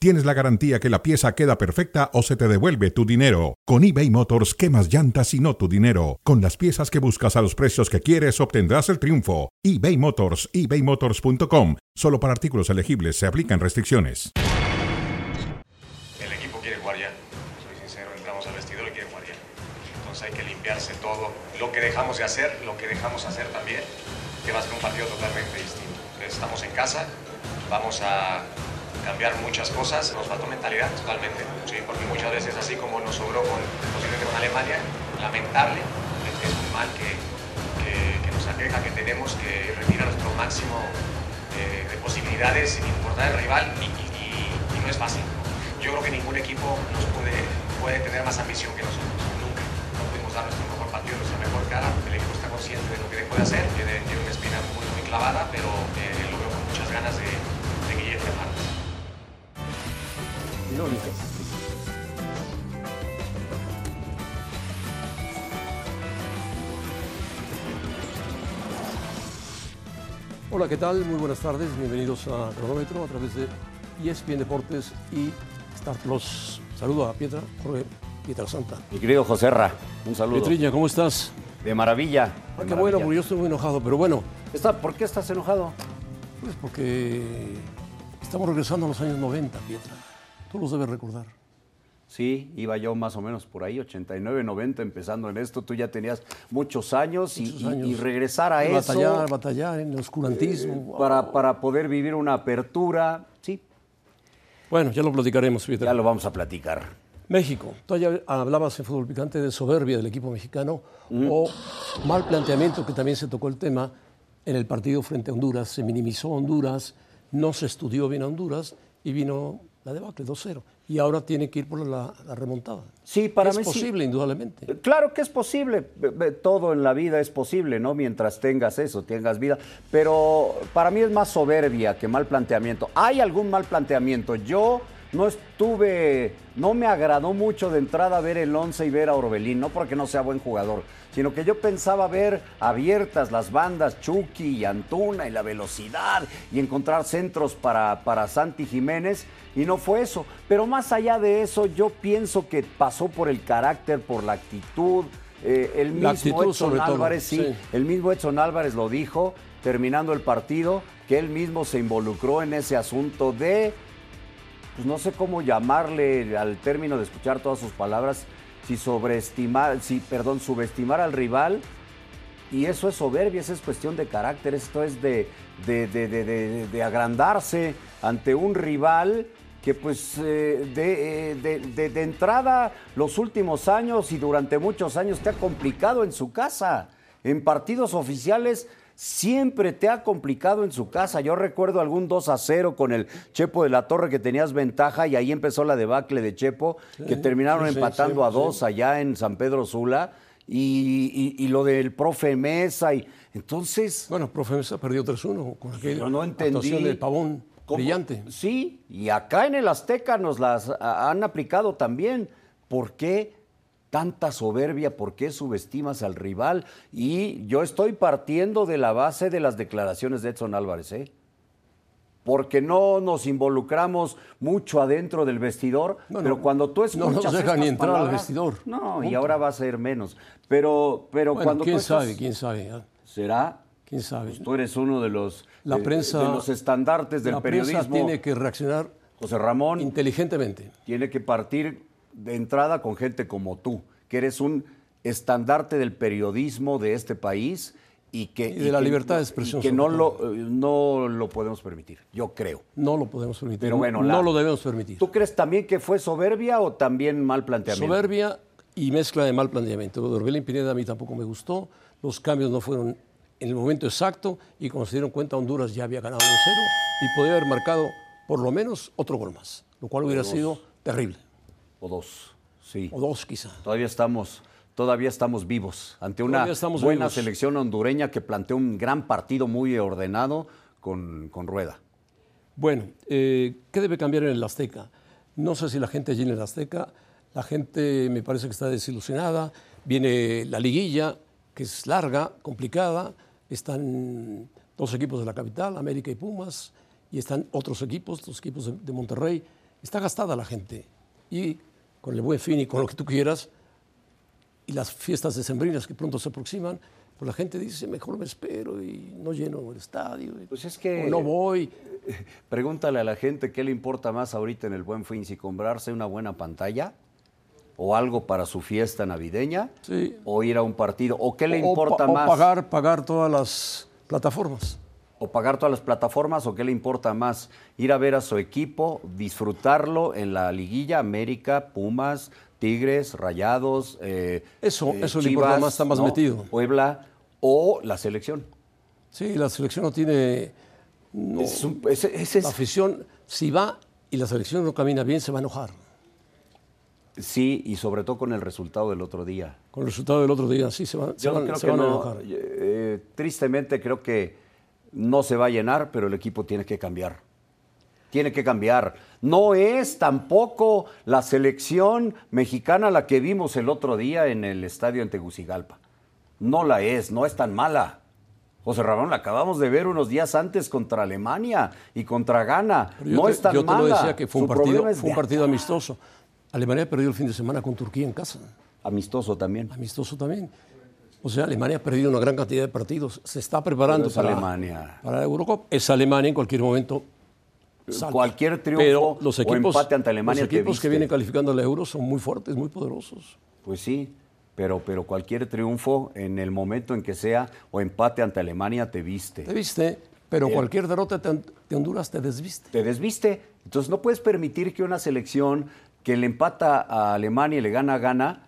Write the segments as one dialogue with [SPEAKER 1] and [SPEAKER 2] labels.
[SPEAKER 1] tienes la garantía que la pieza queda perfecta o se te devuelve tu dinero. Con eBay Motors, quemas llantas y no tu dinero. Con las piezas que buscas a los precios que quieres, obtendrás el triunfo. eBay Motors, ebaymotors.com. Solo para artículos elegibles se aplican restricciones.
[SPEAKER 2] El equipo quiere jugar ya. Soy sincero, entramos al vestidor y quiere jugar ya. Entonces hay que limpiarse todo. Lo que dejamos de hacer, lo que dejamos hacer también, que va a ser un partido totalmente distinto. Estamos en casa, vamos a cambiar muchas cosas. Nos faltó mentalidad totalmente, ¿sí? porque muchas veces así como nos sobró con, posiblemente con Alemania, lamentable, es un mal que, que- que nos aqueja, que tenemos que retirar nuestro máximo eh, de posibilidades sin importar el rival y, y- y- y no es fácil. Yo creo que ningún equipo nos puede, puede tener más ambición que nosotros, nunca. No pudimos dar nuestro mejor partido, nuestra mejor cara, el equipo está consciente de lo que dejó de hacer, tiene, tiene una espina muy, muy clavada, pero eh, lo veo con muchas ganas de, de que llegue el martes.
[SPEAKER 3] Hola, ¿qué tal? Muy buenas tardes. Bienvenidos a Cronómetro a través de E ESPN Deportes y Star Plus. Saludo a Pietra, Jorge, Pietra Santa.
[SPEAKER 4] Mi querido José Ra, un saludo.
[SPEAKER 3] Pietriña, ¿cómo estás?
[SPEAKER 4] De maravilla.
[SPEAKER 3] Ah,
[SPEAKER 4] de
[SPEAKER 3] qué bueno,
[SPEAKER 4] maravilla.
[SPEAKER 3] porque yo estoy muy enojado, pero bueno,
[SPEAKER 4] Está- ¿Por qué estás enojado?
[SPEAKER 3] pues porque estamos regresando a los años 90, Pietra. Tú los debes recordar.
[SPEAKER 4] Sí, iba yo más o menos por ahí, 89, 90, empezando en esto. Tú ya tenías muchos años, y-
[SPEAKER 3] Esos
[SPEAKER 4] y,
[SPEAKER 3] años.
[SPEAKER 4] y regresar a
[SPEAKER 3] Y
[SPEAKER 4] eso
[SPEAKER 3] Batallar, batallar en el oscurantismo.
[SPEAKER 4] para, para poder vivir una apertura. Sí,
[SPEAKER 3] Bueno, ya lo platicaremos, Pietra.
[SPEAKER 4] ya lo vamos a platicar.
[SPEAKER 3] México. Tú ayer hablabas en Fútbol Picante de soberbia del equipo mexicano o mal planteamiento, que también se tocó el tema en el partido frente a Honduras. Se minimizó Honduras, no se estudió bien a Honduras y vino la debacle 2-0. Y ahora tiene que ir por la, la remontada.
[SPEAKER 4] Sí, para
[SPEAKER 3] es
[SPEAKER 4] Messi-
[SPEAKER 3] posible, indudablemente.
[SPEAKER 4] Claro que es posible, be- be- todo en la vida es posible, ¿no? Mientras tengas eso, tengas vida. Pero para mí es más soberbia que mal planteamiento. Hay algún mal planteamiento. Yo no estuve, no me agradó mucho de entrada ver el 11 y ver a Orbelín, no porque no sea buen jugador, sino que yo pensaba ver abiertas las bandas Chucky y Antuna y la velocidad y encontrar centros para, para Santi Jiménez y no fue eso. Pero más allá de eso, yo pienso que pasó por el carácter, por la actitud. eh, el mismo
[SPEAKER 3] La actitud,
[SPEAKER 4] Edson
[SPEAKER 3] sobre todo,
[SPEAKER 4] Álvarez, sí,
[SPEAKER 3] sí.
[SPEAKER 4] el mismo Edson Álvarez lo dijo terminando el partido, que él mismo se involucró en ese asunto de pues no sé cómo llamarle al término de escuchar todas sus palabras, si sobreestimar, si, perdón, subestimar al rival. Y eso es soberbia, eso es cuestión de carácter, esto es de, de- de- de- de- de agrandarse ante un rival que pues eh, de, eh, de- de- de entrada los últimos años y durante muchos años te ha complicado en su casa. En partidos oficiales siempre te ha complicado en su casa. Yo recuerdo algún 2 a 0 con el Chepo de la Torre que tenías ventaja y ahí empezó la debacle de Chepo, que terminaron
[SPEAKER 3] sí, sí,
[SPEAKER 4] empatando a
[SPEAKER 3] sí.
[SPEAKER 4] dos allá en San Pedro Sula. Y, y- y lo del profe Mesa y entonces
[SPEAKER 3] Bueno, profe Mesa perdió 3-1 con aquella
[SPEAKER 4] yo no entendí
[SPEAKER 3] actuación del Pavón.
[SPEAKER 4] cómo-
[SPEAKER 3] Brillante.
[SPEAKER 4] Sí, y acá en el Azteca nos las a- han aplicado también. ¿Por qué tanta soberbia? ¿Por qué subestimas al rival? Y yo estoy partiendo de la base de las declaraciones de Edson Álvarez, ¿eh? Porque no nos involucramos mucho adentro del vestidor,
[SPEAKER 3] No, no.
[SPEAKER 4] pero cuando tú
[SPEAKER 3] No
[SPEAKER 4] escuchas
[SPEAKER 3] nos dejan
[SPEAKER 4] estas
[SPEAKER 3] ni entrar al
[SPEAKER 4] palabras-
[SPEAKER 3] vestidor.
[SPEAKER 4] No, y
[SPEAKER 3] Punto.
[SPEAKER 4] ahora va a ser menos. Pero, pero
[SPEAKER 3] Bueno,
[SPEAKER 4] cuando
[SPEAKER 3] quién
[SPEAKER 4] tú estás-
[SPEAKER 3] sabe, quién sabe. ah,
[SPEAKER 4] será
[SPEAKER 3] ¿Quién sabe?
[SPEAKER 4] pues tú eres uno de los,
[SPEAKER 3] La
[SPEAKER 4] de-
[SPEAKER 3] prensa-
[SPEAKER 4] de los estandartes del
[SPEAKER 3] la
[SPEAKER 4] periodismo.
[SPEAKER 3] prensa tiene que reaccionar
[SPEAKER 4] José Ramón
[SPEAKER 3] inteligentemente.
[SPEAKER 4] tiene que partir de entrada con gente como tú, que eres un estandarte del periodismo de este país y que
[SPEAKER 3] Y de la
[SPEAKER 4] que-
[SPEAKER 3] libertad de expresión,
[SPEAKER 4] y que no
[SPEAKER 3] sobre
[SPEAKER 4] lo, eh, no lo podemos permitir, yo creo.
[SPEAKER 3] No lo podemos permitir.
[SPEAKER 4] Pero bueno,
[SPEAKER 3] no
[SPEAKER 4] la-
[SPEAKER 3] lo debemos permitir.
[SPEAKER 4] ¿Tú crees también que fue soberbia o también mal planteamiento?
[SPEAKER 3] Soberbia y mezcla de mal planteamiento. Lo de Orbelín Pineda a mí tampoco me gustó. Los cambios no fueron en el momento exacto y cuando se dieron cuenta Honduras ya había ganado 1-0 y podía haber marcado por lo menos otro gol más, lo cual hubiera sido terrible.
[SPEAKER 4] O dos, sí.
[SPEAKER 3] O dos quizá.
[SPEAKER 4] Todavía estamos, todavía estamos vivos ante una
[SPEAKER 3] Todavía estamos
[SPEAKER 4] buena
[SPEAKER 3] vivos.
[SPEAKER 4] selección hondureña que planteó un gran partido muy ordenado con, con Rueda.
[SPEAKER 3] Bueno, eh, ¿qué debe cambiar en el Azteca? No sé si la gente allí en el Azteca, la gente me parece que está desilusionada, viene la liguilla, que es larga, complicada, están dos equipos de la capital, América y Pumas, y están otros equipos, los equipos de, de Monterrey. Está gastada la gente. Y con el buen fin y con lo que tú quieras, y las fiestas decembrinas que pronto se aproximan, pues la gente dice, mejor me espero y no lleno el estadio.
[SPEAKER 4] Pues es que-
[SPEAKER 3] o no voy.
[SPEAKER 4] Pregúntale a la gente qué le importa más ahorita en el buen fin, si comprarse una buena pantalla o algo para su fiesta navideña
[SPEAKER 3] Sí.
[SPEAKER 4] o ir a un partido o qué le
[SPEAKER 3] O- o
[SPEAKER 4] importa
[SPEAKER 3] pa- o
[SPEAKER 4] más
[SPEAKER 3] pagar, pagar todas las plataformas.
[SPEAKER 4] o pagar todas las plataformas o qué le importa más ir a ver a su equipo, disfrutarlo en la liguilla América, Pumas, Tigres, Rayados, eh,
[SPEAKER 3] Eso-
[SPEAKER 4] eh,
[SPEAKER 3] eso le importa
[SPEAKER 4] Chivas,
[SPEAKER 3] más, está más metido.
[SPEAKER 4] Puebla o la selección.
[SPEAKER 3] Sí, la selección no tiene
[SPEAKER 4] Es un- es- es- es-
[SPEAKER 3] la afición. Si va y la selección no camina bien, se va a enojar.
[SPEAKER 4] sí, y sobre todo con el resultado del otro día.
[SPEAKER 3] Con el resultado del otro día, sí, se, van- se
[SPEAKER 4] Yo
[SPEAKER 3] van,
[SPEAKER 4] creo
[SPEAKER 3] se
[SPEAKER 4] que
[SPEAKER 3] van a
[SPEAKER 4] no,
[SPEAKER 3] enojar.
[SPEAKER 4] eh, tristemente creo que no se va a llenar, pero el equipo tiene que cambiar. Tiene que cambiar. No es tampoco la selección mexicana la que vimos el otro día en el estadio en Tegucigalpa. No la es, no es tan mala. José Ramón, la acabamos de ver unos días antes contra Alemania y contra Ghana.
[SPEAKER 3] Pero yo
[SPEAKER 4] No
[SPEAKER 3] te,
[SPEAKER 4] es tan
[SPEAKER 3] yo te
[SPEAKER 4] mala.
[SPEAKER 3] lo decía que fue un
[SPEAKER 4] Su problema
[SPEAKER 3] partido,
[SPEAKER 4] es
[SPEAKER 3] fue un
[SPEAKER 4] de-
[SPEAKER 3] partido amistoso. Alemania perdió el fin de semana con Turquía en casa.
[SPEAKER 4] amistoso también.
[SPEAKER 3] Amistoso también. O sea, Alemania ha perdido una gran cantidad de partidos. Se está preparando
[SPEAKER 4] Pero es
[SPEAKER 3] para,
[SPEAKER 4] Alemania.
[SPEAKER 3] para la Eurocopa. Es Alemania en cualquier momento. salta.
[SPEAKER 4] Cualquier triunfo
[SPEAKER 3] Pero los
[SPEAKER 4] o
[SPEAKER 3] equipos,
[SPEAKER 4] empate ante Alemania
[SPEAKER 3] Los
[SPEAKER 4] que
[SPEAKER 3] equipos que
[SPEAKER 4] viste.
[SPEAKER 3] vienen calificando a la Euro son muy fuertes, muy poderosos.
[SPEAKER 4] Pues sí, pero, pero cualquier triunfo en el momento en que sea o empate ante Alemania te viste.
[SPEAKER 3] Te viste, pero cualquier derrota de Hon- de Honduras te desviste.
[SPEAKER 4] Te desviste. Entonces no puedes permitir que una selección que le empata a Alemania y le gana a Ghana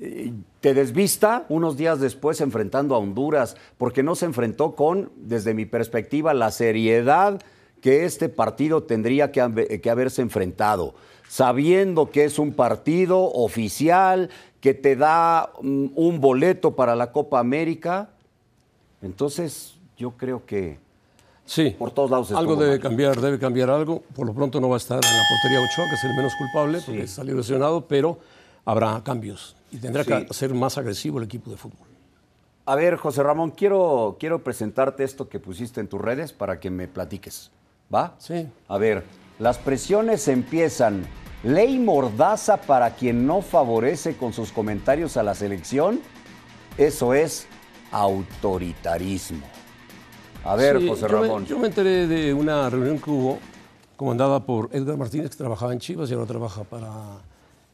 [SPEAKER 4] eh, te desvista unos días después enfrentando a Honduras, porque no se enfrentó con, desde mi perspectiva, la seriedad que este partido tendría que, habe- que haberse enfrentado, sabiendo que es un partido oficial que te da mm, un boleto para la Copa América. Entonces, yo creo que
[SPEAKER 3] Sí.
[SPEAKER 4] Por todos lados
[SPEAKER 3] Algo
[SPEAKER 4] estuvo
[SPEAKER 3] debe
[SPEAKER 4] mal.
[SPEAKER 3] cambiar, debe cambiar algo. Por lo pronto no va a estar en la portería Ochoa, que es el menos culpable, porque salió lesionado, pero habrá cambios y tendrá que
[SPEAKER 4] Sí.
[SPEAKER 3] ser más agresivo el equipo de fútbol.
[SPEAKER 4] A ver, José Ramón, quiero, quiero presentarte esto que pusiste en tus redes para que me platiques. ¿Va?
[SPEAKER 3] Sí.
[SPEAKER 4] A ver, las presiones empiezan. Ley mordaza para quien no favorece con sus comentarios a la selección. Eso es autoritarismo. A ver,
[SPEAKER 3] Sí,
[SPEAKER 4] José
[SPEAKER 3] yo me-
[SPEAKER 4] Ramón.
[SPEAKER 3] yo me enteré de una reunión que hubo comandada por Edgar Martínez, que trabajaba en Chivas y ahora trabaja para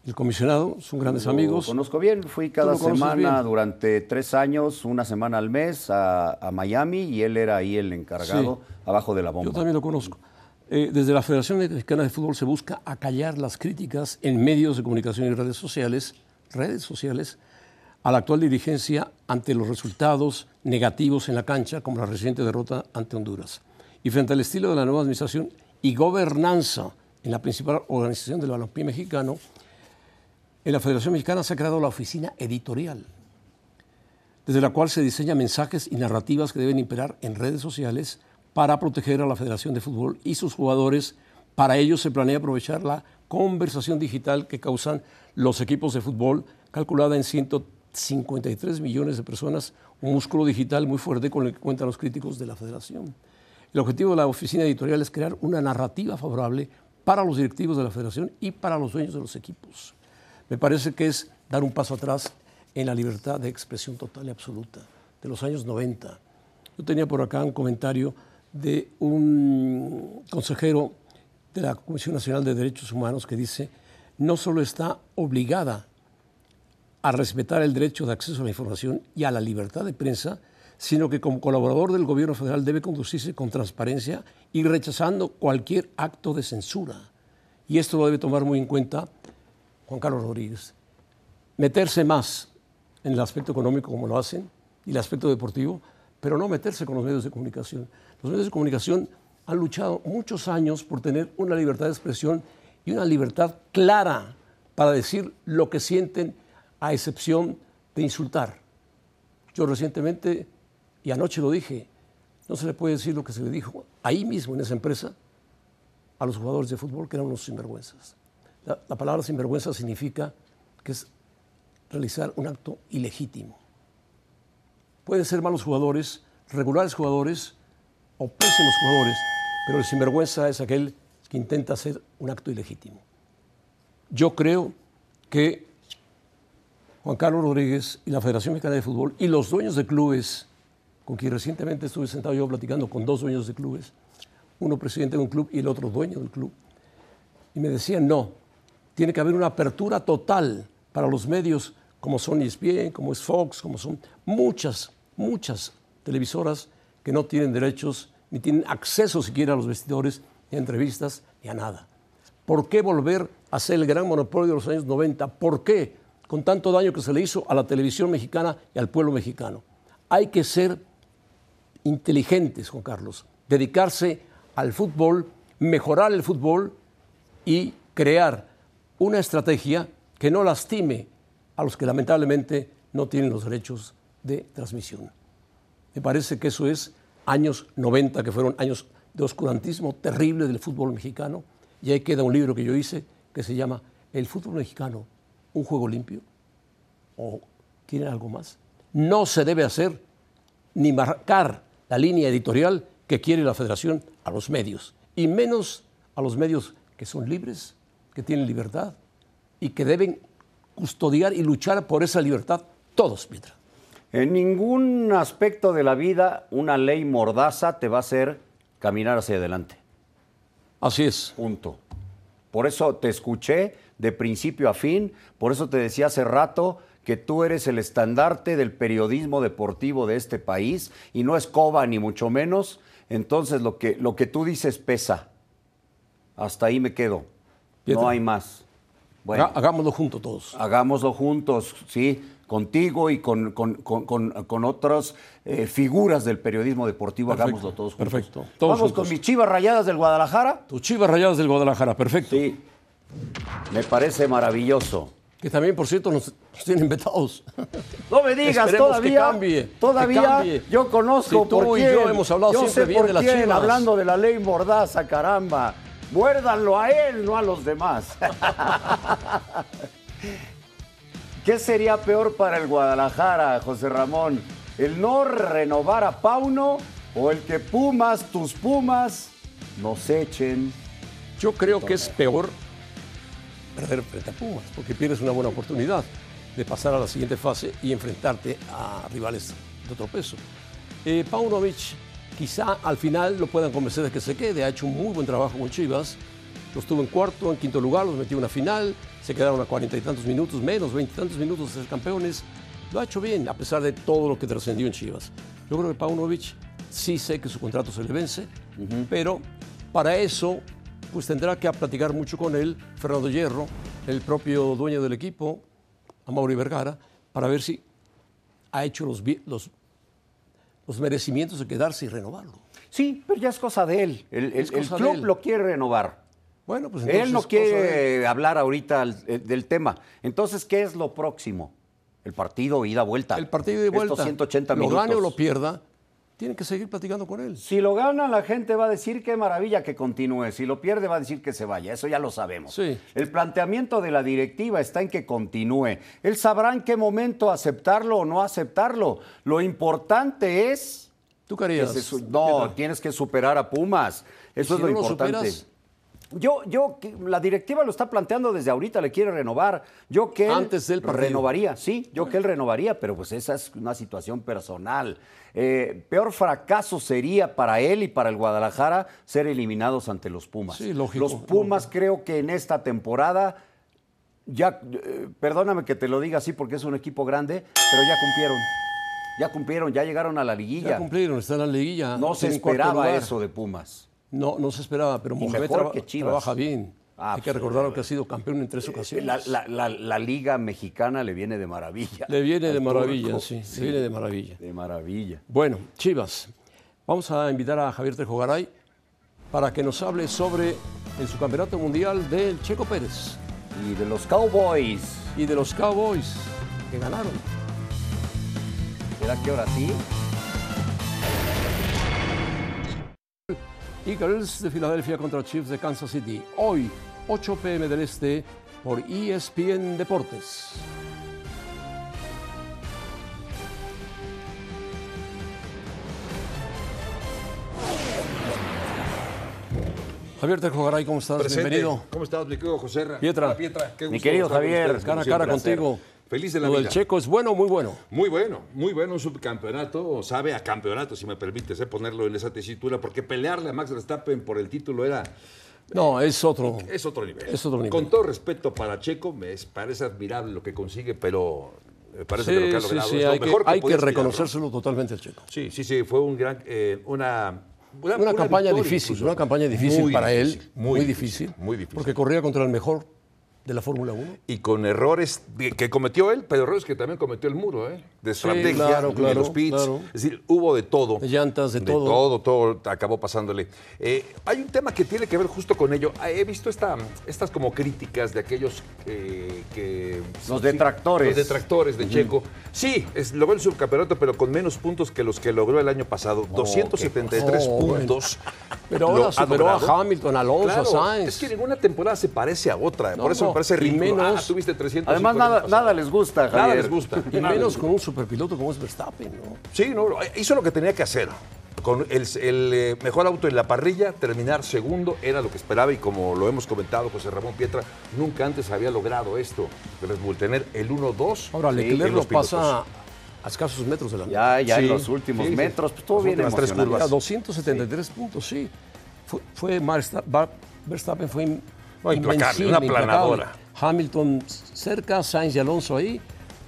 [SPEAKER 3] el comisionado. Son grandes
[SPEAKER 4] Lo
[SPEAKER 3] amigos.
[SPEAKER 4] conozco bien, fui cada
[SPEAKER 3] lo conoces
[SPEAKER 4] semana
[SPEAKER 3] bien.
[SPEAKER 4] durante tres años, una semana al mes, a, a Miami y él era ahí el encargado, abajo de la bomba.
[SPEAKER 3] Yo también lo conozco. Eh, desde la Federación Mexicana de Fútbol se busca acallar las críticas en medios de comunicación y redes sociales, redes sociales, a la actual dirigencia ante los resultados negativos en la cancha, como la reciente derrota ante Honduras. Y frente al estilo de la nueva administración y gobernanza en la principal organización del balompié mexicano, en la Federación Mexicana se ha creado la oficina editorial desde la cual se diseñan mensajes y narrativas que deben imperar en redes sociales para proteger a la Federación de Fútbol y sus jugadores. Para ello se planea aprovechar la conversación digital que causan los equipos de fútbol, calculada en 153 millones de personas, un músculo digital muy fuerte con el que cuentan los críticos de la Federación. El objetivo de la oficina editorial es crear una narrativa favorable para los directivos de la Federación y para los dueños de los equipos. Me parece que es dar un paso atrás en la libertad de expresión total y absoluta de los años 90. Yo tenía por acá un comentario de un consejero de la Comisión Nacional de Derechos Humanos que dice, no solo está obligada a respetar el derecho de acceso a la información y a la libertad de prensa, sino que como colaborador del gobierno federal debe conducirse con transparencia y rechazando cualquier acto de censura. Y esto lo debe tomar muy en cuenta Juan Carlos Rodríguez. Meterse más en el aspecto económico como lo hacen y el aspecto deportivo, pero no meterse con los medios de comunicación. Los medios de comunicación han luchado muchos años por tener una libertad de expresión y una libertad clara para decir lo que sienten a excepción de insultar. Yo recientemente, y anoche lo dije, no se le puede decir lo que se le dijo ahí mismo en esa empresa a los jugadores de fútbol que eran unos sinvergüenzas. La, la palabra sinvergüenza significa que es realizar un acto ilegítimo. Pueden ser malos jugadores, regulares jugadores o pésimos jugadores, pero el sinvergüenza es aquel que intenta hacer un acto ilegítimo. Yo creo que Juan Carlos Rodríguez y la Federación Mexicana de Fútbol y los dueños de clubes, con quien recientemente estuve sentado yo platicando con dos dueños de clubes, uno presidente de un club y el otro dueño del club, y me decían, no, tiene que haber una apertura total para los medios como son E ESPN, como es Fox, como son muchas, muchas televisoras que no tienen derechos ni tienen acceso siquiera a los vestidores, ni a entrevistas, ni a nada. ¿Por qué volver a ser el gran monopolio de los años 90? ¿Por qué? Con tanto daño que se le hizo a la televisión mexicana y al pueblo mexicano. Hay que ser inteligentes, Juan Carlos, dedicarse al fútbol, mejorar el fútbol y crear una estrategia que no lastime a los que lamentablemente no tienen los derechos de transmisión. Me parece que eso es años 90, que fueron años de oscurantismo terrible del fútbol mexicano, y ahí queda un libro que yo hice que se llama El fútbol mexicano, un juego limpio, o tiene algo más. No se debe hacer ni marcar la línea editorial que quiere la federación a los medios, y menos a los medios que son libres, que tienen libertad y que deben custodiar y luchar por esa libertad todos, Mitra.
[SPEAKER 4] En ningún aspecto de la vida una ley mordaza te va a hacer caminar hacia adelante.
[SPEAKER 3] Así es.
[SPEAKER 4] Punto. Por eso te escuché de principio a fin, por eso te decía hace rato que tú eres el estandarte del periodismo deportivo de este país y no es coba ni mucho menos. Entonces lo que, lo que tú dices pesa. Hasta ahí me quedo. No hay más.
[SPEAKER 3] Bueno, hagámoslo juntos todos.
[SPEAKER 4] Hagámoslo juntos, sí, contigo y con, con, con, con otras eh, figuras del periodismo deportivo,
[SPEAKER 3] Perfecto,
[SPEAKER 4] hagámoslo todos juntos.
[SPEAKER 3] perfecto. Todos
[SPEAKER 4] Vamos
[SPEAKER 3] juntos.
[SPEAKER 4] con mis chivas rayadas del Guadalajara.
[SPEAKER 3] Tus chivas rayadas del Guadalajara, perfecto.
[SPEAKER 4] Sí, me parece maravilloso.
[SPEAKER 3] Que también, por cierto, nos, nos tienen vetados.
[SPEAKER 4] No me digas,
[SPEAKER 3] Esperemos
[SPEAKER 4] todavía,
[SPEAKER 3] que cambie, que
[SPEAKER 4] todavía
[SPEAKER 3] cambie.
[SPEAKER 4] yo conozco
[SPEAKER 3] Si tú
[SPEAKER 4] por
[SPEAKER 3] y
[SPEAKER 4] quién.
[SPEAKER 3] yo hemos hablado siempre
[SPEAKER 4] sé
[SPEAKER 3] bien
[SPEAKER 4] por
[SPEAKER 3] de las
[SPEAKER 4] quién,
[SPEAKER 3] Chivas.
[SPEAKER 4] hablando de la ley mordaza, caramba. Muérdanlo a él, no a los demás. ¿Qué sería peor para el Guadalajara, José Ramón? ¿El no renovar a Pauno o el que Pumas, tus Pumas, nos echen?
[SPEAKER 3] Yo creo que es peor perder frente a Pumas, porque pierdes una buena oportunidad de pasar a la siguiente fase y enfrentarte a rivales de otro peso. Eh, Paunovic quizá al final lo puedan convencer de que se quede, ha hecho un muy buen trabajo con Chivas, los tuvo en cuarto, en quinto lugar, los metió en una final, se quedaron a cuarenta y tantos minutos, menos veintitantos minutos de ser campeones, lo ha hecho bien a pesar de todo lo que trascendió en Chivas. Yo creo que Paunovic sí sé que su contrato se le vence, pero para eso pues tendrá que platicar mucho con él, Fernando Hierro, el propio dueño del equipo, a Mauri Vergara, para ver si ha hecho los, vi- los, los merecimientos de quedarse y renovarlo.
[SPEAKER 4] Sí, pero ya es cosa de él. El, el-
[SPEAKER 3] Es
[SPEAKER 4] el
[SPEAKER 3] cosa de
[SPEAKER 4] club
[SPEAKER 3] él.
[SPEAKER 4] lo quiere renovar.
[SPEAKER 3] Bueno, pues entonces...
[SPEAKER 4] él no
[SPEAKER 3] es cosa de él.
[SPEAKER 4] quiere hablar ahorita al- eh, del tema. Entonces, ¿qué es lo próximo? El partido ida-vuelta.
[SPEAKER 3] El partido de vuelta,
[SPEAKER 4] Estos 180
[SPEAKER 3] lo
[SPEAKER 4] minutos.
[SPEAKER 3] gane o lo pierda, tiene que seguir platicando con él.
[SPEAKER 4] Si lo gana, la gente va a decir qué maravilla que continúe. Si lo pierde, va a decir que se vaya. Eso ya lo sabemos.
[SPEAKER 3] Sí.
[SPEAKER 4] El planteamiento de la directiva está en que continúe. Él sabrá en qué momento aceptarlo o no aceptarlo. Lo importante es...
[SPEAKER 3] ¿Tú
[SPEAKER 4] que
[SPEAKER 3] querías?
[SPEAKER 4] se su- no, tienes que superar a Pumas.
[SPEAKER 3] Si
[SPEAKER 4] Eso es lo
[SPEAKER 3] no lo
[SPEAKER 4] importante.
[SPEAKER 3] superas-
[SPEAKER 4] Yo, yo, que- la directiva lo está planteando desde ahorita, le quiere renovar. Yo que él
[SPEAKER 3] Antes del partido.
[SPEAKER 4] renovaría, sí, yo que él renovaría, pero pues esa es una situación personal. Eh, peor fracaso sería para él y para el Guadalajara ser eliminados ante los Pumas.
[SPEAKER 3] Sí, lógico.
[SPEAKER 4] Los Pumas creo que en esta temporada ya, eh, perdóname que te lo diga así porque es un equipo grande, pero ya cumplieron. Ya cumplieron, ya llegaron a la liguilla.
[SPEAKER 3] Ya cumplieron, está Ah, en la liguilla.
[SPEAKER 4] No se
[SPEAKER 3] tienen cuarto
[SPEAKER 4] esperaba
[SPEAKER 3] lugar.
[SPEAKER 4] eso de Pumas.
[SPEAKER 3] No, no se esperaba, pero Mohamed
[SPEAKER 4] mejor
[SPEAKER 3] traba-
[SPEAKER 4] que Chivas.
[SPEAKER 3] trabaja bien.
[SPEAKER 4] Ah,
[SPEAKER 3] Hay que
[SPEAKER 4] pues,
[SPEAKER 3] recordar que ha sido campeón en tres ocasiones.
[SPEAKER 4] La, la- la- la liga mexicana le viene de maravilla.
[SPEAKER 3] Le viene de
[SPEAKER 4] Al
[SPEAKER 3] maravilla,
[SPEAKER 4] turco.
[SPEAKER 3] sí, le viene de maravilla.
[SPEAKER 4] De maravilla.
[SPEAKER 3] Bueno, Chivas, vamos a invitar a Javier Trejo Garay para que nos hable sobre el subcampeonato mundial del Checo Pérez
[SPEAKER 4] Y de los Cowboys.
[SPEAKER 3] y de los Cowboys que ganaron.
[SPEAKER 4] ¿Será que ahora sí?
[SPEAKER 3] Eagles de Filadelfia contra Chiefs de Kansas City. Hoy, 8 pm del Este, por ESPN Deportes. Javier Tejogaray, ¿cómo estás?
[SPEAKER 5] Presente.
[SPEAKER 3] Bienvenido.
[SPEAKER 5] ¿Cómo estás, mi querido José? Ra?
[SPEAKER 3] Pietra.
[SPEAKER 5] Hola, Pietra. Qué
[SPEAKER 4] Mi
[SPEAKER 5] gusto
[SPEAKER 4] querido
[SPEAKER 5] estar con
[SPEAKER 4] Javier,
[SPEAKER 5] ustedes, como
[SPEAKER 3] Cara a
[SPEAKER 5] siempre,
[SPEAKER 3] cara
[SPEAKER 5] un placer.
[SPEAKER 3] contigo.
[SPEAKER 5] Feliz de la
[SPEAKER 3] Lo
[SPEAKER 5] vida.
[SPEAKER 3] del Checo es bueno, muy bueno.
[SPEAKER 5] Muy bueno, muy bueno, un subcampeonato, sabe a campeonato, si me permites eh, ponerlo en esa tesitura, porque pelearle a Max Verstappen por el título era
[SPEAKER 3] No, es otro.
[SPEAKER 5] es otro nivel.
[SPEAKER 3] Es otro nivel.
[SPEAKER 5] Con todo respeto para Checo, me es- parece admirable lo que consigue, pero me parece que lo que ha logrado es lo
[SPEAKER 3] hay que,
[SPEAKER 5] mejor que
[SPEAKER 3] hay que
[SPEAKER 5] podía aspirar, ¿no?
[SPEAKER 3] reconocérselo totalmente al Checo.
[SPEAKER 5] Sí, sí, sí, fue un gran, eh, una,
[SPEAKER 3] Una, campaña
[SPEAKER 5] victoria
[SPEAKER 3] difícil,
[SPEAKER 5] incluso.
[SPEAKER 3] una campaña difícil
[SPEAKER 5] Muy
[SPEAKER 3] para él,
[SPEAKER 5] difícil,
[SPEAKER 3] muy, difícil,
[SPEAKER 5] muy difícil.
[SPEAKER 3] Porque corría contra el mejor de la Fórmula 1.
[SPEAKER 5] y con errores de- que cometió él, pero errores que también cometió el muro, ¿eh? De estrategia,
[SPEAKER 3] claro,
[SPEAKER 5] de
[SPEAKER 3] claro,
[SPEAKER 5] los pits.
[SPEAKER 3] claro.
[SPEAKER 5] Es decir, hubo de todo.
[SPEAKER 3] De llantas, de todo.
[SPEAKER 5] todo, todo acabó pasándole. Eh, hay un tema que tiene que ver justo con ello. Ah, He visto esta, estas como críticas de aquellos eh, que...
[SPEAKER 4] Los detractores.
[SPEAKER 5] Los detractores de Checo. Sí, es, logró el subcampeonato, pero con menos puntos que los que logró el año pasado. 273
[SPEAKER 3] Oh, bueno.
[SPEAKER 5] puntos.
[SPEAKER 3] Pero
[SPEAKER 5] Lo
[SPEAKER 3] ahora
[SPEAKER 5] ha
[SPEAKER 3] superó a
[SPEAKER 5] logrado.
[SPEAKER 3] Hamilton, Alonso,
[SPEAKER 5] Claro,
[SPEAKER 3] a Sainz.
[SPEAKER 5] Es que ninguna temporada se parece a otra.
[SPEAKER 3] No,
[SPEAKER 5] por eso
[SPEAKER 3] no,
[SPEAKER 5] me parece
[SPEAKER 3] y
[SPEAKER 5] ridículo.
[SPEAKER 3] menos-
[SPEAKER 5] Ah, tuviste 300.
[SPEAKER 4] Además, nada, nada les gusta, Javier.
[SPEAKER 5] Nada les gusta.
[SPEAKER 3] Y
[SPEAKER 5] Nada
[SPEAKER 3] menos
[SPEAKER 5] les-
[SPEAKER 3] con un superpiloto como es Verstappen, ¿no?
[SPEAKER 5] Sí, no, hizo lo que tenía que hacer. Con el, el, eh, mejor auto en la parrilla, terminar segundo era lo que esperaba y como lo hemos comentado José Ramón Pietra, nunca antes había logrado esto. Red Bull, tener el 1-2.
[SPEAKER 3] Ahora,
[SPEAKER 5] en
[SPEAKER 3] Leclerc
[SPEAKER 5] los
[SPEAKER 3] lo pasa
[SPEAKER 5] pilotos.
[SPEAKER 3] a escasos metros de la meta.
[SPEAKER 4] Ya, ya
[SPEAKER 5] Sí,
[SPEAKER 4] en los últimos
[SPEAKER 5] sí, sí.
[SPEAKER 4] metros, pues todo
[SPEAKER 5] Las
[SPEAKER 4] bien
[SPEAKER 5] últimas tres
[SPEAKER 4] emocionante.
[SPEAKER 5] curvas.
[SPEAKER 3] A 273 puntos, sí. Fue, fue Marsta- Bar- Verstappen fue in-
[SPEAKER 5] No, implacable,
[SPEAKER 3] invencible,
[SPEAKER 5] una
[SPEAKER 3] implacable.
[SPEAKER 5] aplanadora.
[SPEAKER 3] Hamilton cerca, Sainz y Alonso ahí.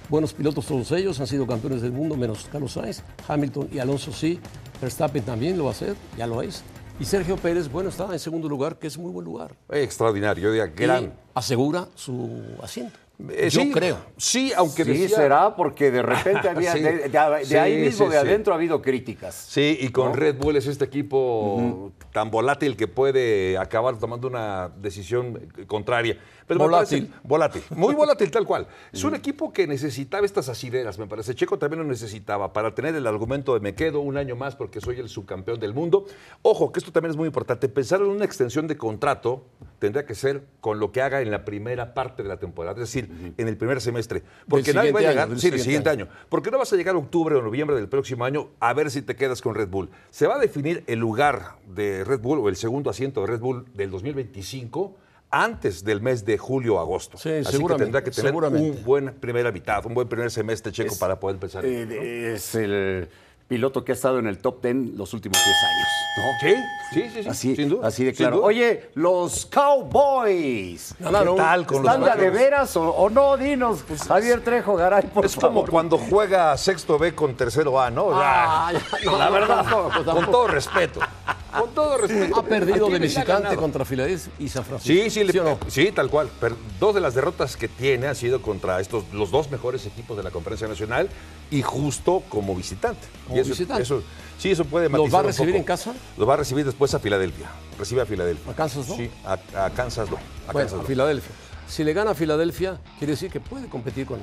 [SPEAKER 3] Buenos pilotos todos ellos, han sido campeones del mundo, menos Carlos Sainz. Hamilton y Alonso sí. Verstappen también lo va a hacer, ya lo es. Y Sergio Pérez, bueno, está en segundo lugar, que es muy buen lugar.
[SPEAKER 5] Extraordinario, yo diría,
[SPEAKER 3] Y
[SPEAKER 5] gran.
[SPEAKER 3] asegura su asiento.
[SPEAKER 5] Eh,
[SPEAKER 3] Yo
[SPEAKER 5] sí,
[SPEAKER 3] creo.
[SPEAKER 5] Sí, aunque
[SPEAKER 4] Sí,
[SPEAKER 5] decía-
[SPEAKER 4] será porque de repente había.
[SPEAKER 5] Sí.
[SPEAKER 4] de, de- de
[SPEAKER 5] Sí,
[SPEAKER 4] ahí mismo,
[SPEAKER 5] sí,
[SPEAKER 4] de
[SPEAKER 5] sí.
[SPEAKER 4] adentro, ha habido críticas.
[SPEAKER 5] Sí, y con Red Bull es este equipo tan volátil que puede acabar tomando una decisión eh, contraria. Pero me
[SPEAKER 3] Volátil.
[SPEAKER 5] parece- volátil. Muy volátil, tal cual. Es un equipo que necesitaba estas asideras, me parece. Checo también lo necesitaba para tener el argumento de me quedo un año más porque soy el subcampeón del mundo. Ojo, que esto también es muy importante. Pensar en una extensión de contrato tendría que ser con lo que haga en la primera parte de la temporada, es decir, en el primer semestre. Porque nadie va a
[SPEAKER 3] siguiente año,
[SPEAKER 5] llegar.
[SPEAKER 3] del
[SPEAKER 5] sí, del
[SPEAKER 3] siguiente
[SPEAKER 5] siguiente año. Porque no vas a llegar a octubre o noviembre del próximo año a ver si te quedas con Red Bull. Se va a definir el lugar de Red Bull o el segundo asiento de Red Bull del 2025 antes del mes de julio o agosto.
[SPEAKER 3] Sí,
[SPEAKER 5] Así que
[SPEAKER 3] seguramente,
[SPEAKER 5] tendrá que tener
[SPEAKER 3] seguramente.
[SPEAKER 5] un buen primera mitad, un buen primer semestre checo para poder empezar.
[SPEAKER 4] Eh, de- es el piloto que ha estado en el top 10 los últimos 10 años. ¿no?
[SPEAKER 5] Sí, sí, sí, sí,
[SPEAKER 4] Así,
[SPEAKER 5] sin duda,
[SPEAKER 4] así de
[SPEAKER 5] sin
[SPEAKER 4] claro.
[SPEAKER 5] duda.
[SPEAKER 4] Oye, los Cowboys.
[SPEAKER 3] Ganaron.
[SPEAKER 4] ¿Qué tal
[SPEAKER 5] con los
[SPEAKER 4] ¿Están de a de
[SPEAKER 5] Cowboys? Pues
[SPEAKER 4] veras o, o no? Dinos, Javier Trejo, Garay, por
[SPEAKER 5] es como
[SPEAKER 4] favor.
[SPEAKER 5] cuando juega sexto B con tercero A, ¿no?
[SPEAKER 4] Ah,
[SPEAKER 5] Ya.
[SPEAKER 4] ya, no,
[SPEAKER 5] la
[SPEAKER 4] no,
[SPEAKER 5] verdad,
[SPEAKER 4] tampoco,
[SPEAKER 5] con
[SPEAKER 4] tampoco.
[SPEAKER 5] todo respeto. Con todo respeto.
[SPEAKER 3] Ha perdido
[SPEAKER 5] ¿A
[SPEAKER 3] de
[SPEAKER 5] quiénes le ha
[SPEAKER 3] visitante
[SPEAKER 5] ganado?
[SPEAKER 3] contra Filadelfia y San Francisco.
[SPEAKER 5] Sí, sí, le-
[SPEAKER 3] o no?
[SPEAKER 5] sí, tal cual. Pero dos de las derrotas que tiene han sido contra estos los dos mejores equipos de la Conferencia Nacional y justo como visitante.
[SPEAKER 3] Como
[SPEAKER 5] Y eso-
[SPEAKER 3] visitante.
[SPEAKER 5] eso- sí, eso puede
[SPEAKER 3] ¿Los
[SPEAKER 5] matizar
[SPEAKER 3] va a
[SPEAKER 5] un
[SPEAKER 3] recibir
[SPEAKER 5] poco.
[SPEAKER 3] en casa?
[SPEAKER 5] Los va a recibir después a Filadelfia. Recibe a Filadelfia.
[SPEAKER 3] ¿A Kansas no?
[SPEAKER 5] Sí, a, a Kansas no. A
[SPEAKER 3] Bueno,
[SPEAKER 5] Kansas
[SPEAKER 3] a
[SPEAKER 5] no.
[SPEAKER 3] Filadelfia. Si le gana a Filadelfia, quiere decir que puede competir con,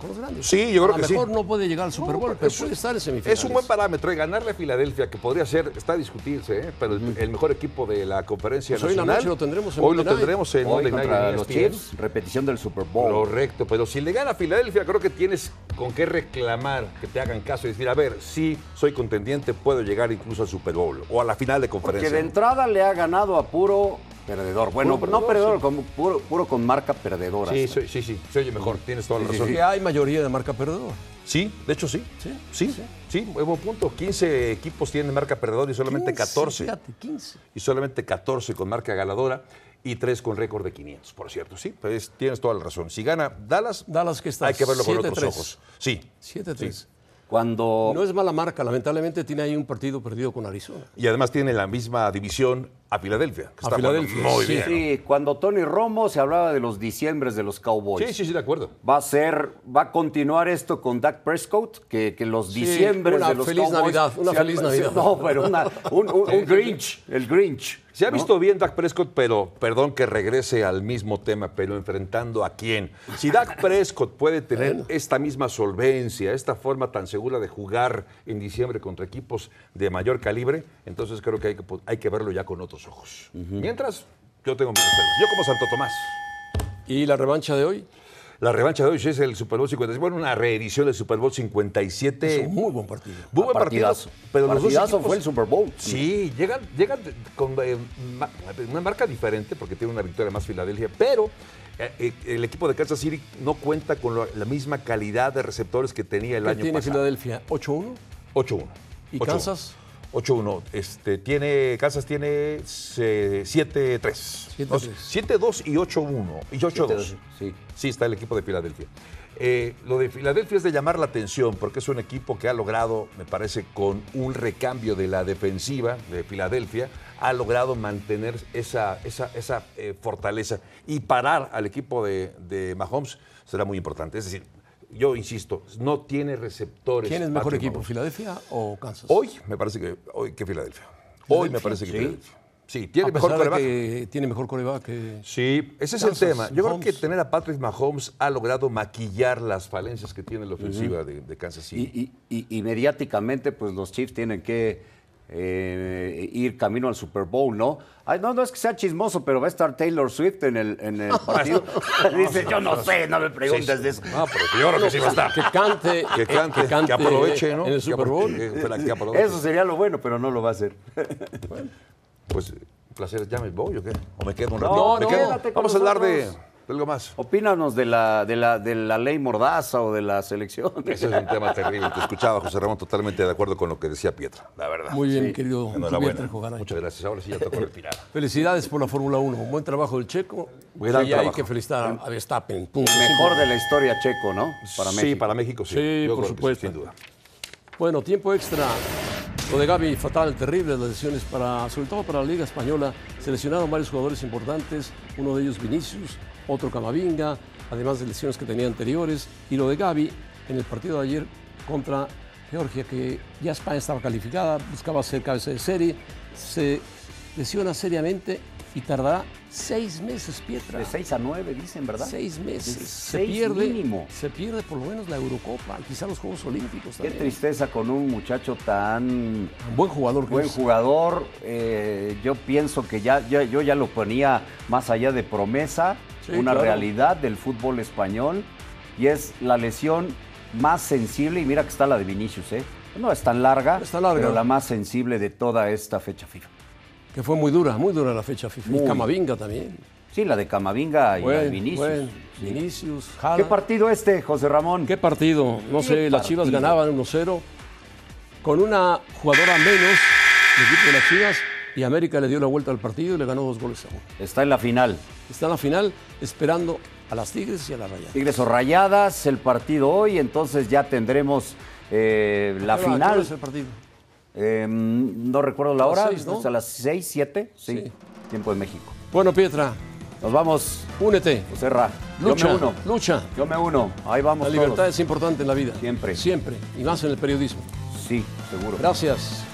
[SPEAKER 3] con los grandes.
[SPEAKER 5] Sí, yo creo
[SPEAKER 3] a
[SPEAKER 5] que
[SPEAKER 3] lo
[SPEAKER 5] sí.
[SPEAKER 3] mejor no puede llegar al Super Bowl, pero
[SPEAKER 5] es-
[SPEAKER 3] puede estar en semifinales.
[SPEAKER 5] Es un buen parámetro. Y ganarle a Filadelfia, que podría ser, está a discutirse, ¿eh? pero el, el mejor equipo de la Conferencia
[SPEAKER 3] Pues hoy en la
[SPEAKER 5] Nacional.
[SPEAKER 3] noche lo tendremos en
[SPEAKER 5] Hoy lo
[SPEAKER 3] Monday Night.
[SPEAKER 5] tendremos en
[SPEAKER 4] Hoy
[SPEAKER 5] Monday Night
[SPEAKER 4] contra
[SPEAKER 5] en E
[SPEAKER 4] los
[SPEAKER 5] ESPN.
[SPEAKER 4] Chiefs, repetición del Super Bowl.
[SPEAKER 5] Correcto, pero si le gana a Filadelfia, creo que tienes con qué reclamar que te hagan caso y decir, a ver, sí, soy contendiente, puedo llegar incluso al Super Bowl o a la final de
[SPEAKER 4] Porque
[SPEAKER 5] conferencia.
[SPEAKER 4] de entrada le ha ganado a puro perdedor. Bueno,
[SPEAKER 5] Puro
[SPEAKER 4] no perdedor,
[SPEAKER 5] perdedor, sí.
[SPEAKER 4] como puro, puro con marca perdedora.
[SPEAKER 5] Sí, sí, sí, sí, se oye mejor, tienes toda la razón.
[SPEAKER 3] Porque hay mayoría de marca perdedora.
[SPEAKER 5] Sí, de hecho sí.
[SPEAKER 3] Sí,
[SPEAKER 5] Sí, sí, sí, muy buen punto. 15 equipos tienen marca perdedora y solamente
[SPEAKER 3] 15,
[SPEAKER 5] 14.
[SPEAKER 3] Fíjate, 15.
[SPEAKER 5] Y solamente 14 con marca ganadora y 3 con récord de 500, por cierto. Sí, pues tienes toda la razón. Si gana Dallas,
[SPEAKER 3] Dallas, ¿qué estás?
[SPEAKER 5] hay que verlo con otros
[SPEAKER 3] 7-3.
[SPEAKER 5] ojos. Sí.
[SPEAKER 3] 7-3.
[SPEAKER 4] Cuando
[SPEAKER 3] No es mala marca, lamentablemente tiene ahí un partido perdido con Arizona.
[SPEAKER 5] Y además tiene la misma división a Filadelfia. que
[SPEAKER 3] A
[SPEAKER 5] está jugando
[SPEAKER 3] Filadelfia,
[SPEAKER 5] Muy
[SPEAKER 3] sí.
[SPEAKER 5] bien.
[SPEAKER 4] Sí, cuando Tony Romo se hablaba de los diciembres de los Cowboys.
[SPEAKER 5] Sí, sí, sí, de acuerdo.
[SPEAKER 4] Va a ser, va a continuar esto con Dak Prescott, que, que los
[SPEAKER 3] Sí,
[SPEAKER 4] diciembres
[SPEAKER 3] una
[SPEAKER 4] de los
[SPEAKER 3] feliz
[SPEAKER 4] Cowboys
[SPEAKER 3] Navidad, una
[SPEAKER 4] sean-
[SPEAKER 3] feliz Navidad.
[SPEAKER 4] No, pero una- un, un- un Grinch, el Grinch.
[SPEAKER 5] Se ha visto bien Dak Prescott, pero perdón que regrese al mismo tema, pero enfrentando a quién. Si Dak Prescott puede tener esta misma solvencia, esta forma tan segura de jugar en diciembre contra equipos de mayor calibre, entonces creo que hay que, po- hay que verlo ya con otros ojos. Mientras, yo tengo mis reservas. Yo como Santo Tomás.
[SPEAKER 3] ¿Y la revancha de hoy?
[SPEAKER 5] La revancha de hoy es el Super Bowl 57. Bueno, una reedición del Super Bowl 57.
[SPEAKER 3] Es un muy buen partido.
[SPEAKER 5] Muy buen partidazo. Pero los dos
[SPEAKER 4] Partidazo
[SPEAKER 5] equipos-
[SPEAKER 4] fue el Super Bowl.
[SPEAKER 5] Sí, llegan, llegan de- con eh, ma- una marca diferente porque tiene una victoria más Filadelfia, pero eh, eh, el equipo de Kansas City no cuenta con la, la misma calidad de receptores que tenía el
[SPEAKER 3] ¿Qué
[SPEAKER 5] año
[SPEAKER 3] tiene
[SPEAKER 5] pasado.
[SPEAKER 3] Filadelfia? ¿8-1?
[SPEAKER 5] 8-1.
[SPEAKER 3] ¿Y
[SPEAKER 5] 8-1.
[SPEAKER 3] Kansas?
[SPEAKER 5] 8-1. Este, tiene, Kansas tiene eh, 7-3.
[SPEAKER 3] 7-3.
[SPEAKER 5] No, 7-2 y 8-1. Y 8-2.
[SPEAKER 4] 7-2, sí.
[SPEAKER 5] Sí, está el equipo de Filadelfia. Eh, lo de Filadelfia es de llamar la atención porque es un equipo que ha logrado, me parece, con un recambio de la defensiva de Filadelfia, ha logrado mantener esa, esa, esa, eh, fortaleza y parar al equipo de, de Mahomes será muy importante. Es decir, yo insisto, no tiene receptores.
[SPEAKER 3] ¿Quién es mejor
[SPEAKER 5] Patrick
[SPEAKER 3] equipo,
[SPEAKER 5] Mahomes.
[SPEAKER 3] Filadelfia o Kansas?
[SPEAKER 5] Hoy me parece que, hoy, que Filadelfia. Hoy me parece que
[SPEAKER 4] Sí.
[SPEAKER 5] Filadelfia. Sí,
[SPEAKER 3] A
[SPEAKER 5] tiene mejor
[SPEAKER 3] pesar de
[SPEAKER 5] quarterback.
[SPEAKER 3] que tiene mejor coreback que...
[SPEAKER 5] Sí, ese es
[SPEAKER 3] Kansas,
[SPEAKER 5] el tema. Yo
[SPEAKER 3] Mahomes.
[SPEAKER 5] creo que tener a Patrick Mahomes ha logrado maquillar las falencias que tiene la ofensiva de, de Kansas
[SPEAKER 4] Y,
[SPEAKER 5] City.
[SPEAKER 4] y- y- y mediáticamente, pues los Chiefs tienen que eh, ir camino al Super Bowl, ¿no? Ay, no, no es que sea chismoso, pero va a estar Taylor Swift en el, en el partido. Dice, yo no sé, no me preguntes de eso.
[SPEAKER 5] No, pero yo creo que sí va a estar.
[SPEAKER 3] Que cante,
[SPEAKER 5] Que cante,
[SPEAKER 3] eh,
[SPEAKER 5] que, aproveche, ¿no?
[SPEAKER 3] En el
[SPEAKER 5] Que
[SPEAKER 3] Super
[SPEAKER 5] apro-
[SPEAKER 3] Bowl.
[SPEAKER 5] que- que- que aproveche.
[SPEAKER 4] Eso sería lo bueno, pero no lo va a hacer.
[SPEAKER 5] Pues, un placer, ¿ya me voy o qué? ¿O me quedo un
[SPEAKER 4] No,
[SPEAKER 5] ratito?
[SPEAKER 4] no,
[SPEAKER 5] ¿Me quedo?
[SPEAKER 4] quédate con
[SPEAKER 5] Vamos a hablar de,
[SPEAKER 4] nosotros.
[SPEAKER 5] de algo más.
[SPEAKER 4] Opínanos de la, de la, de la ley mordaza o de la selección.
[SPEAKER 5] Ese es un tema terrible. Te escuchaba, José Ramón, totalmente de acuerdo con lo que decía Pietra, la verdad.
[SPEAKER 3] Muy bien, querido Javier
[SPEAKER 5] Enhorabuena.
[SPEAKER 3] Trejo Garay.
[SPEAKER 5] Muchas gracias. Ahora sí ya tocó retirada.
[SPEAKER 3] Felicidades por la Fórmula 1. Un buen trabajo del Checo.
[SPEAKER 5] Gran
[SPEAKER 3] y hay
[SPEAKER 5] trabajo.
[SPEAKER 3] que felicitar a Verstappen. punto.
[SPEAKER 4] Mejor de la historia checo, ¿no? Para
[SPEAKER 5] Sí,
[SPEAKER 4] México.
[SPEAKER 5] para México sí.
[SPEAKER 3] Sí,
[SPEAKER 5] Yo
[SPEAKER 3] por
[SPEAKER 5] creo que
[SPEAKER 3] supuesto.
[SPEAKER 5] sin duda.
[SPEAKER 3] Bueno, tiempo extra. Lo de Gaby, fatal, terrible, las lesiones para, sobre todo para la Liga Española. Se lesionaron varios jugadores importantes, uno de ellos Vinicius, otro Camavinga, además de lesiones que tenía anteriores. Y lo de Gaby, en el partido de ayer contra Georgia, que ya España estaba calificada, buscaba ser cabeza de serie, se lesiona seriamente y tardará seis meses, Pietra.
[SPEAKER 4] De 6 a 9, dicen, ¿verdad?
[SPEAKER 3] Seis meses. Se
[SPEAKER 4] Seis
[SPEAKER 3] pierde,
[SPEAKER 4] mínimo.
[SPEAKER 3] se pierde por lo menos la Eurocopa, quizá los Juegos Olímpicos
[SPEAKER 4] Qué
[SPEAKER 3] también.
[SPEAKER 4] tristeza con un muchacho tan
[SPEAKER 3] Buen jugador que
[SPEAKER 4] buen
[SPEAKER 3] es.
[SPEAKER 4] jugador. eh, yo pienso que ya, ya- yo ya lo ponía más allá de promesa,
[SPEAKER 3] Sí,
[SPEAKER 4] una
[SPEAKER 3] claro.
[SPEAKER 4] realidad del fútbol español y es la lesión más sensible y mira que está la de Vinicius, ¿eh? No es tan larga,
[SPEAKER 3] No es tan larga.
[SPEAKER 4] pero la más sensible de toda esta fecha FIFA.
[SPEAKER 3] Que fue muy dura, muy dura la fecha FIFA. Y
[SPEAKER 4] Muy.
[SPEAKER 3] Camavinga también.
[SPEAKER 4] Sí, la de Camavinga y la de
[SPEAKER 3] Buen,
[SPEAKER 4] Vinicius.
[SPEAKER 3] buen.
[SPEAKER 4] Sí.
[SPEAKER 3] Vinicius, Haaland.
[SPEAKER 4] ¿Qué partido este, José Ramón?
[SPEAKER 3] ¿Qué partido? No sé, las Chivas
[SPEAKER 4] partido.
[SPEAKER 3] ganaban 1-0 con una jugadora menos, el equipo de las Chivas, y América le dio la vuelta al partido y le ganó dos goles a uno.
[SPEAKER 4] Está en la final.
[SPEAKER 3] Está en la final esperando a las Tigres y a la Rayada.
[SPEAKER 4] Tigres o Rayadas, el partido hoy, entonces ya tendremos eh, la
[SPEAKER 3] ¿A qué hora- a qué hora
[SPEAKER 4] final.
[SPEAKER 3] es el partido?
[SPEAKER 4] Eh, no recuerdo la
[SPEAKER 3] A las
[SPEAKER 4] hora,
[SPEAKER 3] seis, ¿no?
[SPEAKER 4] es a las 6, 7, sí,
[SPEAKER 3] Sí.
[SPEAKER 4] tiempo de México.
[SPEAKER 3] Bueno, Pietra,
[SPEAKER 4] Nos vamos,
[SPEAKER 3] únete.
[SPEAKER 4] Serra.
[SPEAKER 3] Lucha,
[SPEAKER 4] Yo me uno.
[SPEAKER 3] lucha.
[SPEAKER 4] Yo me uno. Ahí vamos
[SPEAKER 3] La libertad
[SPEAKER 4] todos.
[SPEAKER 3] es importante en la vida.
[SPEAKER 4] Siempre.
[SPEAKER 3] Siempre. Y más en el periodismo.
[SPEAKER 4] Sí, seguro.
[SPEAKER 3] Gracias.